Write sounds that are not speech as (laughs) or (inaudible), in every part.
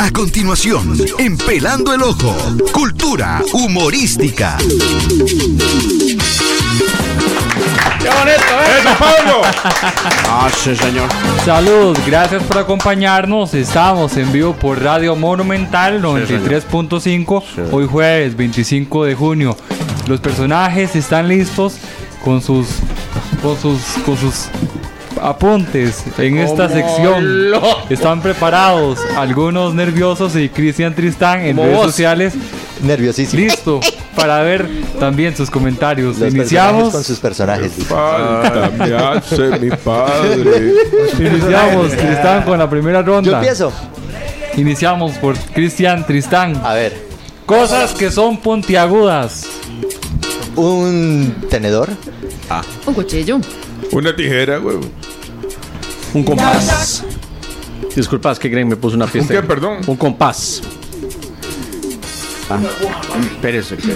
A continuación, en Pelando el Ojo, cultura humorística. ¡Qué bonito, eh! ¡Eso, Pablo! ah, sí, señor. Salud, gracias por acompañarnos. Estamos en vivo por Radio Monumental 93.5, hoy jueves 25 de junio. Los personajes están listos con sus con sus con sus apuntes en esta Como sección. loco. Están preparados, algunos nerviosos y Cristian Tristán en Como redes vos. sociales. Nerviosísimo. (laughs) Listo para ver también sus comentarios. Los personajes Iniciamos. con sus personajes. dice. Falta me hace mi padre. Iniciamos, Tristán, con la primera ronda. Yo empiezo. Iniciamos por Cristian Tristán. A ver, Cosas que son pontiagudas. un tenedor, Un cuchillo. Una tijera, güey. ¿Un Un compás. Disculpas que Greg me puso una fiesta. qué, perdón? Un compás. Espérese, que.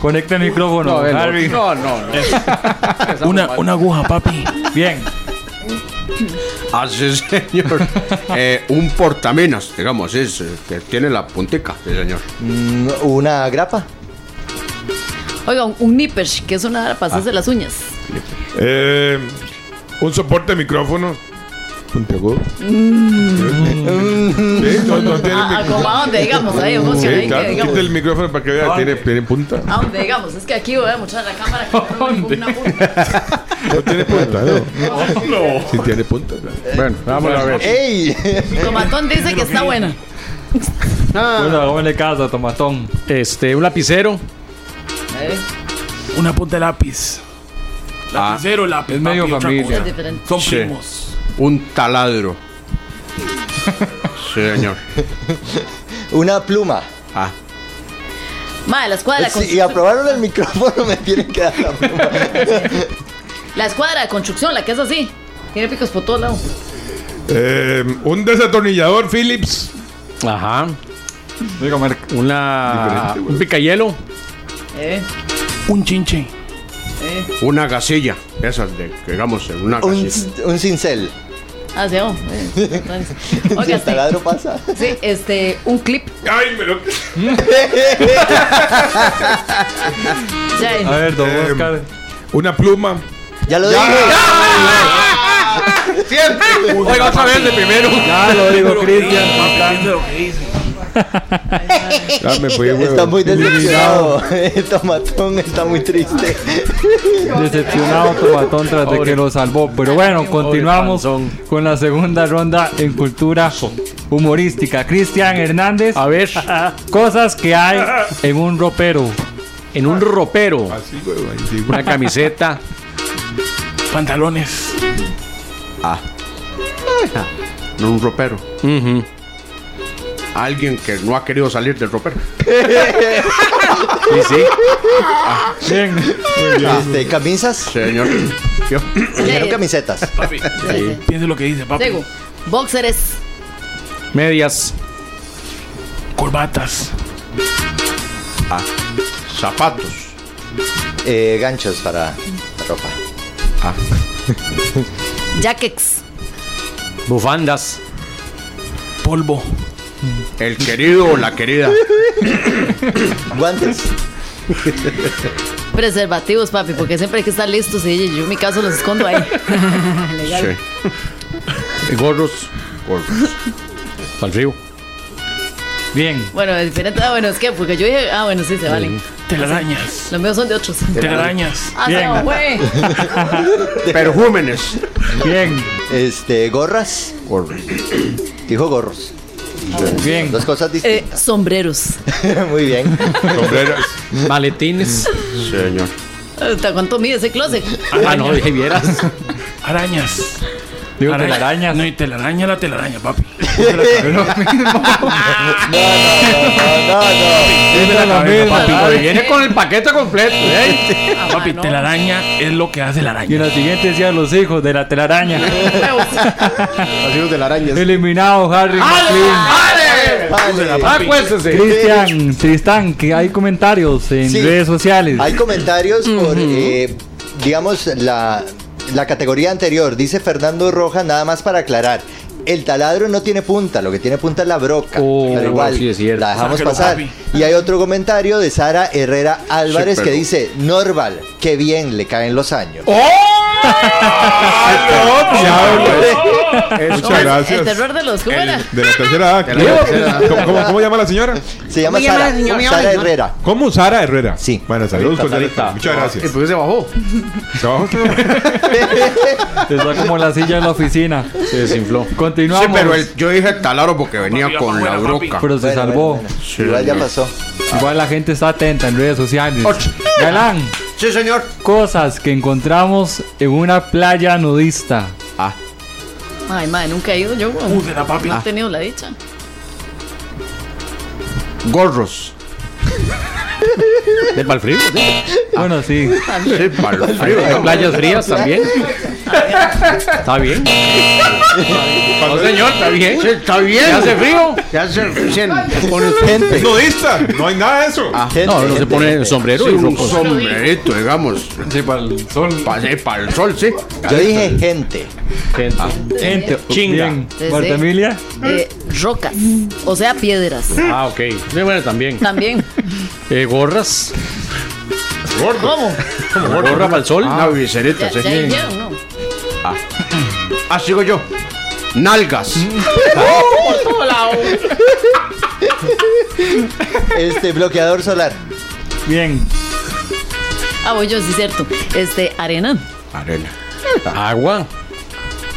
Conecta el micrófono, Harry. no, no. no. Una, una aguja, papi. Bien. Ah, sí, (laughs) señor. Eh, un portaminas, digamos, es eh, que tiene la puntica, sí, señor. mm, una grapa, Oiga, un, un nipper, que es una para hacerse las uñas. Eh, un soporte de micrófono. Puntiagudo. Mm. Sí, no, no tiene Ah, A, a, micrófono. Ah, como a donde digamos, ahí, vamos, Sí, ahí, que claro, digamos. quita el micrófono para que Ah, vea, tiene, tiene punta. A donde digamos, es que aquí voy a mostrar a la cámara que no me pongo una punta. No tiene punta, no. No. Sí tiene punta. Bueno, vamos a ver. ¡Ey! (laughs) Tomatón dice que está buena. Ah. Bueno, hagámosle caso a Tomatón. Este, un lapicero. Una punta de lápiz. Ah, Lapicero, lápiz. Ah, Es medio papi, otra familia. Es cosa. diferente. Son Sí. primos. Un taladro. Sí, señor. una pluma. Ah. Madre, la escuadra, Sí, de y constru- aprobaron el micrófono, me tienen que dar la pluma. la escuadra de construcción, la que es así. Tiene picos por todos lados. Eh, un desatornillador Phillips. Ajá. Digo, Merck. Una. Diferente, güey. Un picayelo. Eh, Un chinche. Una gasilla. Esas de, digamos, una Un, gasilla. un cincel. así, oh, eh, Si Oiga, el este, taladro pasa. sí, este, un clip. Ay, me lo. Ya, A ver, don Eh, Oscar. (laughs) Una pluma. Ya lo dije. Oiga, otra vez de primero. Ya lo digo, Cristian. Ah, me fui, güey. Está muy decepcionado. (laughs) Tomatón está muy triste. Decepcionado Tomatón tras de que lo salvó. Pero bueno, continuamos panzón. con la segunda ronda en cultura humorística. Cristian Hernández. A ver. Cosas que hay en un ropero. En un ropero. Así, güey, ahí sí, güey. Una camiseta. Pantalones. Un ropero. Alguien que no ha querido salir del ropero. Sí, sí. Bien. Este, camisas. Señor. (coughs) Yo. Dijeron camisetas. Papi. Piense lo que dice, papi. Digo, boxeres. Medias. Corbatas. Ah, zapatos. Eh, ganchos para la ropa. Jackets. Bufandas. Polvo. El querido o la querida. Guantes. Preservativos, papi, porque siempre hay que estar listos. Y yo en mi caso los escondo ahí. Legal. (laughs) Gorros. Gorros. Para el frío. Bien. Bueno, es diferente. Ah, bueno, es que porque yo dije, ah, bueno, sí, se valen. Telarañas. Los míos son de otros. Telarañas. Ah, Bien. no, güey. Perjúmenes. Bien. Este, gorras. Gorros. Dijo gorros. Bien. Dos cosas Eh, distintas. sombreros. (laughs) Muy bien. Sombreras. Maletines. Señor. ¿Hasta ¿Cuánto mide ese closet? Ah, no, dije vieras. Arañas. Digo, Araña- telarañas. No, y telaraña la telaraña, papi. Ah. No, no. Esa es la misma. Papi, viene con el paquete completo. ¿eh? Ah, Papi, no. telaraña es lo que hace la Y en araña. la siguiente decía los hijos de la telaraña. Los de la araña. Eliminado Harry Ah, Ah, McLean. Acuéstese. Cristian, Tristán, que hay comentarios en Sí. redes sociales. Hay comentarios por, eh, digamos, la, la categoría anterior. Dice Fernando Roja, nada más para aclarar. el taladro no tiene punta, lo que tiene punta es la broca. Oh, pero igual, sí, es cierto. la dejamos Sáquelo, pasar. papi. Y hay otro comentario de Sara Herrera Álvarez Sí, que pero- dice, Norval, qué bien le caen los años. Oh, Ah, este Muchas Este No, es gracias. El terror de los. ¿Cómo era? De la tercera edad. la tercera edad. ¿Cómo, cómo, cómo llama la señora? Se llama ¿Cómo llama Sara, la Sara señora? ¿Cómo llama la señora? Herrera. (laughs) ¿Cómo Sara Herrera? Sí. Bueno, saludos, Sarita, Costa Rica. Muchas ¿Y gracias. por qué se bajó? Ah, ¿Se bajó (laughs) usted? Está como la silla en la oficina. Se desinfló. Continuamos. Sí, pero el- yo dije talaro porque venía Papi, con la afuera, papi. broca. Pero se Bueno, salvó. bueno, bueno. Igual ya pasó. Igual la gente está atenta en redes sociales. Ocho. Galán, Sí, señor. cosas que encontramos en una playa nudista. Ah, Ay, madre, nunca he ido yo. güey. Uh, de la papi. Ah. No he tenido la dicha. gorros. ¿De pal frío? Sí, Bueno, sí. sí pal frío. Hay playas frías también. Está bien. No, señor, está bien. Sí, está bien. ¿Ya hace frío? Ya se recién. Gente, ¡Nudista! No hay nada de eso. gente, No, no se gente, pone gente. sombrero Sí, y un ropa. sombrerito, digamos. Sí, para el sol. Para el sol, sí. Yo dije gente. Gente, Chinga. Bien. Sí, sí. Marta Emilia. Eh, rocas. O sea, piedras. Ah, ok. Sí, bueno, también. También. Eh, gorras. ¿Cómo? Gorra para el sol. Una viserita, Ya, sí. ya dijeron, ¿no? Ah, sigo yo. Nalgas. Este bloqueador solar. Bien. Ah, voy yo, sí, cierto. Este, arena. Arena. Agua.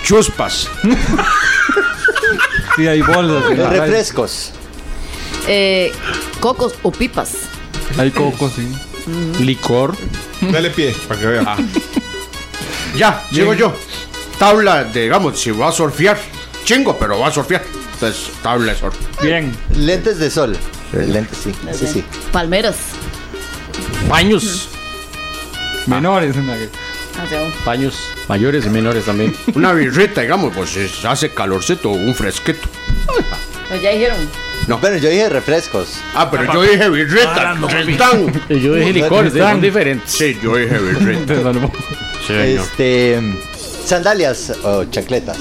Chuspas. Sí, hay bolsas. en la playa. Los refrescos. Eh, cocos o pipas. Hay coco, sí. Licor. Dale pie para que Ah, vea. Ya, sigo yo. Tabla, digamos, si va a surfear. Chingo, pero va a surfear. Entonces, tabla de surf. Bien. Lentes de sol. Lentes, sí. Sí, sí. Palmeras. Paños. Mm. Menores. una- Ah, ya. Paños. Mayores y menores también. Una birrita, digamos, pues es- hace calorcito, un fresquito. Pues ya dijeron. Bueno, yo dije refrescos. Ah, pero yo dije Ah, birrita. Parando, papi. Tristán. Y yo dije licores, eh, son diferentes. Sí, yo (laughs) dije birrita. Se salvó. Sí, señor. Este. Sandalias o chancletas.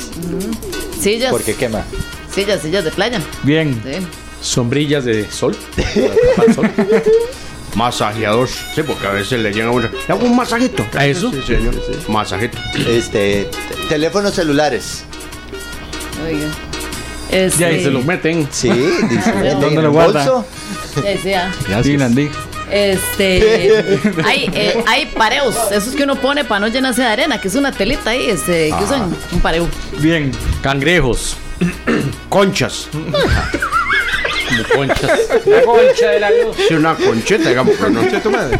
Sillas. Porque quema. Sillas, sillas de playa. Bien. Sí. Sombrillas de sol. Para el sol. Masajeador. Sí, porque a veces le llegan a uno. Le hago un masajito. ¿A eso? Sí, señor. Masajito. Este. t- Teléfonos celulares. Oiga. Este, Ya, Y se los meten. Sí, dice. ¿Dónde en lo el guarda? bolso. ya decía. Sí, Nandí. Este. hay, eh, hay pareos. Esos que uno pone para no llenarse de arena, que es una telita ahí, este, que usan un pareo. Bien. Cangrejos. (coughs) Conchas. Como conchas. Sí, una concheta, digamos, pero no. Che, tu madre.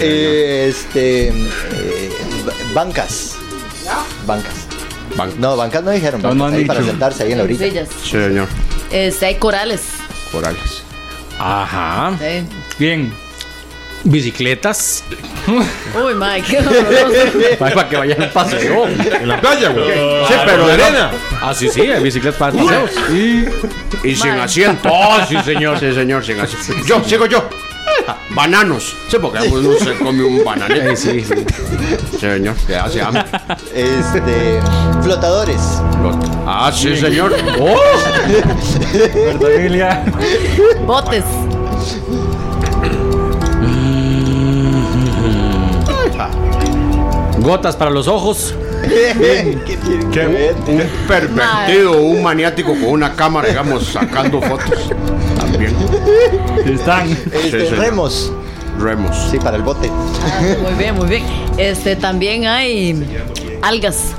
Eh, este. eh, ba- bancas. Bancas. Ban- No, bancas no dijeron. No, no bancas han ahí para dicho. sentarse ahí en la orilla. Sillas. Sí, señor. Este, hay corales. Corales. Ajá. Sí. Bien. Bicicletas. Uy, Mike, qué horroroso. Para que vayan al paseo. En la playa, güey. Sí, pero de arena. Ah, sí, sí, hay bicicletas para paseos. Y Y sin Mal. asiento. Oh, sí, señor. Sí, señor, sin asiento. Yo, sigo yo. Bananos. Sí, porque pues, uno se come un bananito. Sí, sí. Señor, que hace hambre. Este. Flotadores. Lo- Ah, sí, señor. Oh, Marta Emilia. Botes. Gotas para los ojos. ¿Qué tiene que Oh. ver? un pervertido, un maniático con una cámara, digamos, sacando fotos. También. Están. Este, señor. remos. Remos. Sí, para el bote. Muy bien, muy bien. Este, también hay algas.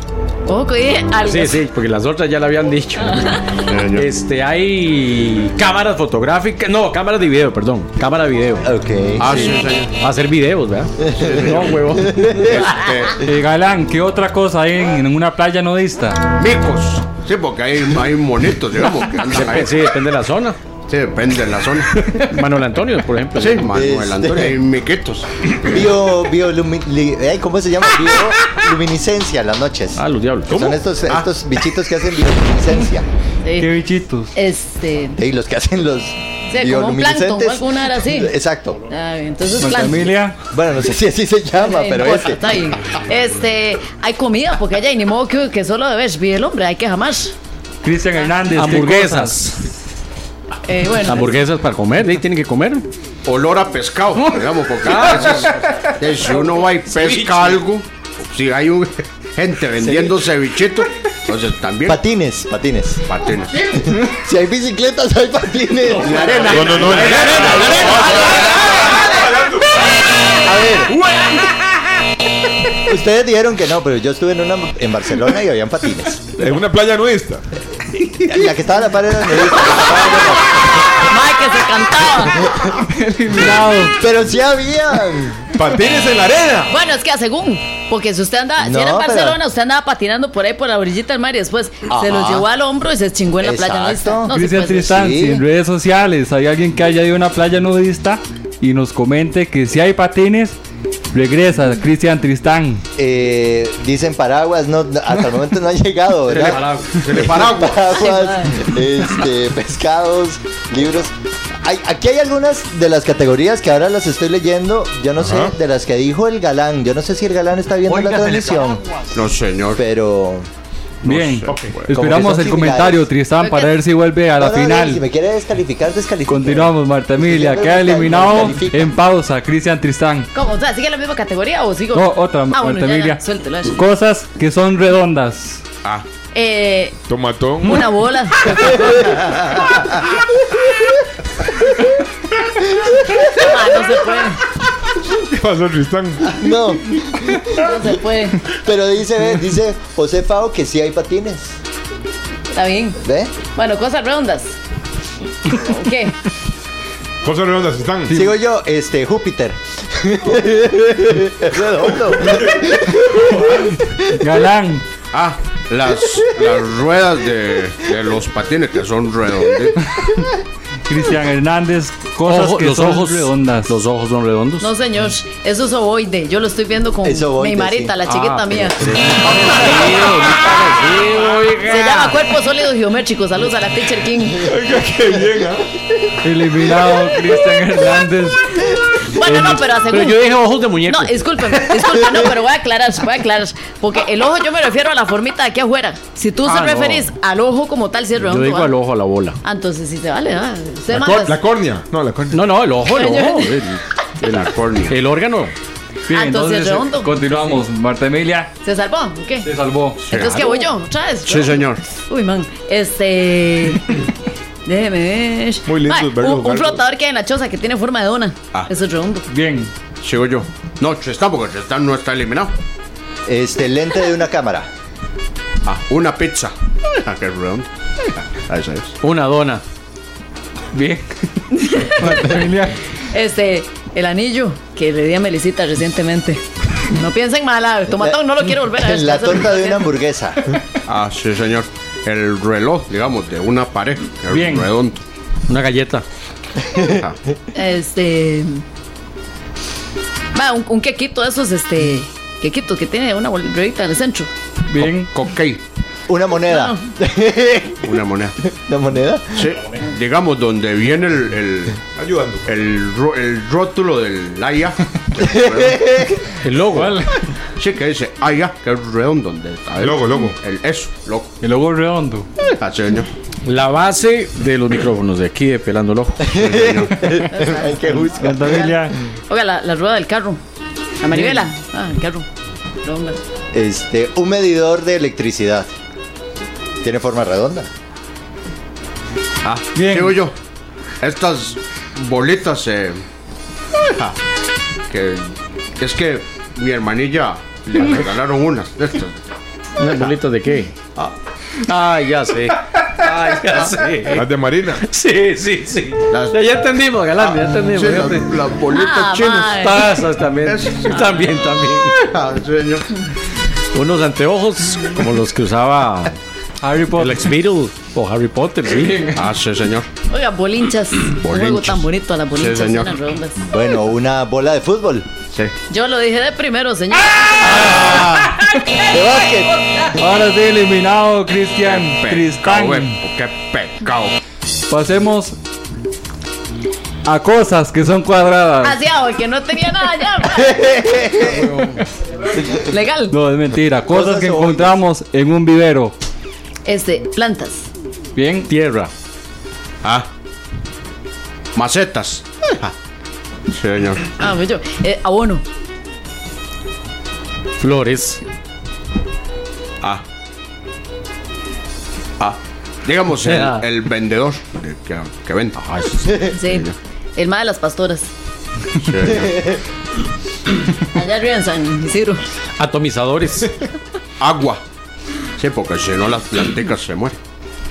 Ojo que dije algas. Sí, sí, porque las otras ya la habían dicho. Este, hay cámaras fotográficas. No, cámaras de video, perdón. Cámara de video. Ok. Ah, sí, señor. Hacer videos, ¿verdad? (laughs) No, huevo. Este, Eh, Galán, ¿qué otra cosa hay en, en una playa nudista? micos. Sí, porque hay, hay monitos, digamos, que andan ahí. Ah, Sí, depende de la zona. Sí, depende de la zona. Manuel Antonio, por ejemplo. Sí, Manuel Este- Antonio. Y miquetos. Bio, biolumi- li- eh, ¿Cómo se llama? Bioluminiscencia en las noches. Ah, los diablos. Son estos, estos bichitos que hacen bioluminiscencia. Sí. ¿Qué bichitos? Este, Y los que hacen los Sí, como un plancton o alguna era así. Exacto. Ah, entonces, Marta plancton. Emilia. Bueno, no sé si así se llama, Eh, pero no, este. está bien. Este, hay comida, porque allá hay ni modo que, que solo bebés vive el hombre, hay que jamás. Cristian Hernández. ¿qué cosas? (laughs) Hamburguesas. Eh, bueno, Hamburguesas para comer, ahí tienen que comer. Olor a pescado, digamos, porque a veces, eh, si uno va y pesca algo, si hay un- gente vendiendo cevichito, entonces también Patines, patines. patines. Si hay bicicletas, hay patines. La arena. No, no, no. La arena, Ah, la A ver. Ustedes dijeron que no, pero yo estuve en una en Barcelona y habían patines. Es una playa nudista. La que estaba a la pared era nudista. mae, que se cantaba. Pero sí habían. Patines en la arena. Bueno, es que a según, porque si usted andaba, si No, era en pero- Barcelona, usted andaba patinando por ahí por la orillita del mar y después se los llevó al hombro y se chingó en la playa. ¿no? Exacto. No, pues, se Cristian puede. Tristán, sí. si en redes sociales hay alguien que haya ido a una playa nudista y nos comente que si hay patines, regresa Cristian Tristán. eh, dicen paraguas, no, no, hasta el momento no han (laughs) llegado, ¿verdad? (laughs) Paraguas. Paraguas, este, pescados, libros. Hay- aquí hay algunas de las categorías que ahora las estoy leyendo. Yo no sé, de las que dijo el galán. Yo no sé si el galán está viendo la transmisión, No, señor. pero. Bien, Como que esperamos son el comentario, similares. Tristán, Creo para que- ver si vuelve a la No, no, no, Si me final. quiere descalificar, descalifica. Continuamos, Marta Emilia, Sí, queda me eliminado descalifica. en pausa, Cristian Tristán. ¿Cómo? O sea, ¿sigue la misma categoría o sigo? No, otra, ah, bueno, Marta ya, Emilia. ya, suéltelo, Ash. Cosas que son (laughs) redondas. Eh, Tomatón. (laughs) una bola. (laughs) Ah, no se puede, ¿Qué pasó, Tristán? No, no se puede. pero dice, ve, dice José Fao que sí hay patines. Está bien. ¿Ve? Bueno, cosas (laughs) redondas. ¿Qué? Cosas redondas, Tristán. Sigo yo, (laughs) este, Júpiter. Redondo. Galán, Ah, las, las ruedas de, de los patines que son redonditos. Cristian Hernández, cosas Ojo, que los son ojos. redondas. Los ojos son redondos. No, señor. Eso es ovoide. Yo lo estoy viendo con Es ovoide, mi marita, sí. la chiquita Ah, mía. oiga. Se llama cuerpos sólidos geométricos. Saludos a la Teacher King. (laughs) Eliminado Cristian Hernández. Bueno, no, pero a Pero según. yo dije pues- ojos de muñeco. No, discúlpeme, discúlpeme, no, pero voy a aclarar, voy a aclarar. Porque el ojo yo me refiero a la formita de aquí afuera. Si tú Ah, se no. referís al ojo como tal, si es yo redondo. digo ¿va? al ojo, a la (laughs) bola. Ah, entonces sí se vale, ¿ah? Se La, mandas. cor- la córnea. No, la córnea. No, no, el (laughs) ojo, el Señor. ojo. El, el- el órgano. Bien, Ah, entonces entonces redondo. continuamos. Marta Emilia ¿Se salvó? ¿O ¿Qué? se salvó. Entonces, ¿qué voy yo? ¿Otra vez? Sí, señor. Uy, man. Este. (laughs) Déjeme ver. Muy lindo Ay, verlo un- un, jugar. flotador que hay en la choza que tiene forma de dona. Ah. Eso es redondo. Bien. Sigo yo. No, Tristán, porque Tristán no está eliminado. Este, lente de una cámara. Ah, una pizza. Ah, qué redondo. Ah, esa es. Una dona. (laughs) Bien. Marta Emilia. Este, el anillo que le di a Melicita recientemente. No piensen mal, ah, tomatón, no lo quiero volver a (laughs) ver. La torta de una hamburguesa. Ah, sí, señor. El reloj, digamos, de una pared. El Bien. redondo. Una galleta. (laughs) Ah, Este. Va, un, un quequito de esos, este. Quequito que tiene una bolita en el centro. Bien. coquey. Una moneda. Una moneda. (laughs) ¿Una moneda? Sí, digamos, donde viene el, el, Ayudando. el, ro- el rótulo (laughs) del AIA. Oh, El logo. Sí, que dice AIA, que es redondo. Donde está El logo, logo. El, eso, loco. El logo redondo. Ah, sí, señor. La base de los micrófonos de aquí de Pelando el Ojo. Hay que buscar. Marta Emilia. Oiga, la, la rueda del carro. La manivela. Ah, el carro. Redonda. Este, un medidor de electricidad. Tiene forma redonda. Ah, Bien. sigo yo. Estas bolitas eh, ah, que es que mi hermanilla le regalaron unas de estas. ¿Unas bolitas de qué? Ah, ya sé. (laughs) Ah, ya sé. Eh, Las de Marina. Sí, sí, sí. Las- Ya, Ah, ya entendimos, Galán, ya entendimos. Sí, ya las, entendimos. las bolitas Ah, chinas. Tazas también. (laughs) También, también. Ah, señor. Unos anteojos como los que usaba Harry el Potter. ex Beatle o Harry Potter, sí. Ah, sí, señor. Oiga, bolinchas. Un juego Bolinchas. tan bonito a las bolinchas. Sí, señor. unas redondas. Bueno, una bola de fútbol. Sí. Yo lo dije de primero, señor. De básquet. (laughs) Ahora sí, eliminado Cristian Pecado, Tristán. eh, qué pecado. Pasemos a cosas que son Ah. cuadradas. Hacia hoy que ah, no tenía nada ya. ma. Legal. No, es mentira. Cosas Cosas que ovoides. encontramos en un vivero. Este, plantas. Bien. Tierra. Ah. Macetas. Ah. Sí, señor. Ah, pues yo. Eh, abono. Flores. Ah. Ah. Digamos, el, Ah. el vendedor que, que, que vende. Sí. El más de las pastoras. Allá arriba en San Isidro. Atomizadores. Agua. Sí, porque si no las planticas se mueren.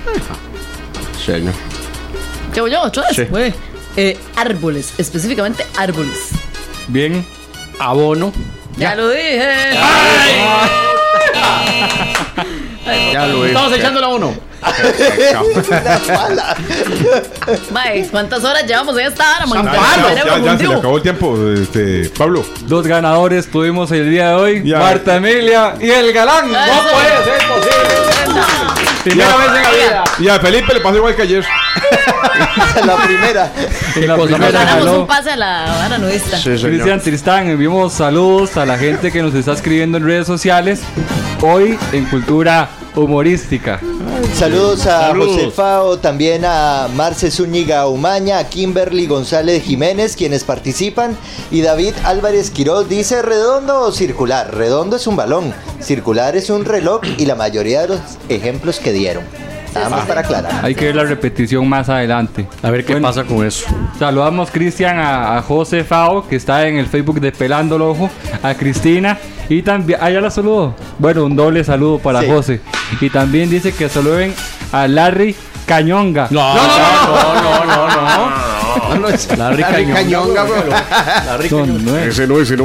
Ah. Señor. ¿Qué voy yo? ¿Otra vez? Sí. Muy bien. Eh, árboles, específicamente árboles. Bien. Abono. Ya, lo dije. Ya lo he Estamos echando el abono. Mae, ¿cuántas horas llevamos en esta hora? man? ya, El cerebro ya, ya se fundió. le acabó el tiempo, este, Pablo. Dos ganadores tuvimos el día de hoy. Ya. Marta Emilia y el galán. Eso. No puede ser posible. Primera vez en la vida. Y a Felipe le pasó igual que ayer. la primera. En la cosa primera más Ganamos ganó un pase a la vara nudista. Sí, señor. Cristian Tristán, enviamos saludos a la gente que nos está escribiendo en redes sociales. Hoy en Cultura Humorística. Saludos a José Fao, también a Marce Zúñiga Umaña, a Kimberly González Jiménez, quienes participan. Y David Álvarez Quiroz dice redondo o circular. Redondo es un balón, circular es un reloj y la mayoría de los ejemplos que dieron. Nada más para aclarar. Hay que ver la repetición más adelante. A ver qué Bueno, pasa con eso. Saludamos Cristian a, a José Fao, que está en el Facebook de Pelando el Ojo, a Cristina y también. Ah, ya la saludo. Bueno, un doble saludo para Sí. José. Y también dice que saluden a Larry Cañonga. No, no, no, no, no. No, no, es- La rica ricañonga, bro. La rica Son nueve. Ese no, ese no.